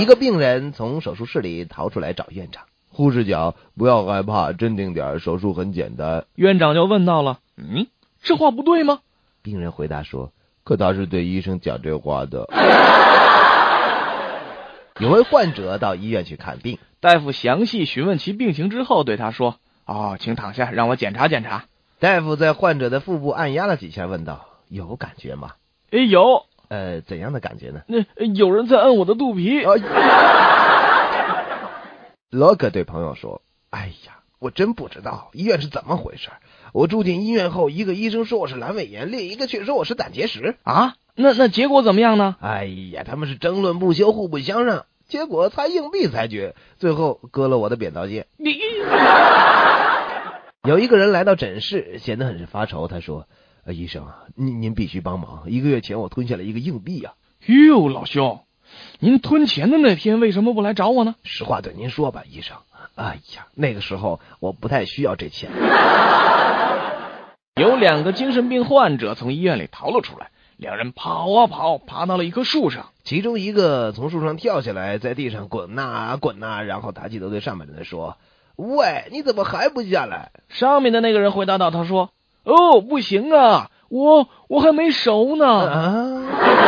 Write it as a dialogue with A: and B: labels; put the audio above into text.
A: 一个病人从手术室里逃出来找院长，护士讲：“不要害怕，镇定点，手术很简单。
B: 院长就问到了：“嗯，这话不对吗？”
A: 病人回答说：“可他是对医生讲这话的。”有位患者到医院去看病，
B: 大夫详细询问其病情之后，对他说：“哦，请躺下，让我检查检查。”
A: 大夫在患者的腹部按压了几下，问道：“有感觉吗？”“
B: 哎，有。”“
A: 呃，怎样的感觉呢？”“
B: 那、呃、有人在按我的肚皮。啊”
A: 罗格对朋友说：“哎呀，我真不知道医院是怎么回事。我住进医院后，一个医生说我是阑尾炎，另一个却说我是胆结石。
B: 啊，那那结果怎么样呢？”“
A: 哎呀，他们是争论不休，互不相让，结果猜硬币裁决，最后割了我的扁桃腺。”
B: 你。
A: 有一个人来到诊室，显得很是发愁。他说：“呃、医生啊，您您必须帮忙。一个月前我吞下了一个硬币啊。”
B: 哟，老兄，您吞钱的那天为什么不来找我呢？
A: 实话对您说吧，医生。哎呀，那个时候我不太需要这钱。
B: 有两个精神病患者从医院里逃了出来，两人跑啊跑，爬到了一棵树上。
A: 其中一个从树上跳下来，在地上滚呐、啊、滚呐、啊，然后抬起头对上面的人说。喂，你怎么还不下来？
B: 上面的那个人回答道：“他说，哦，不行啊，我我还没熟呢。”啊。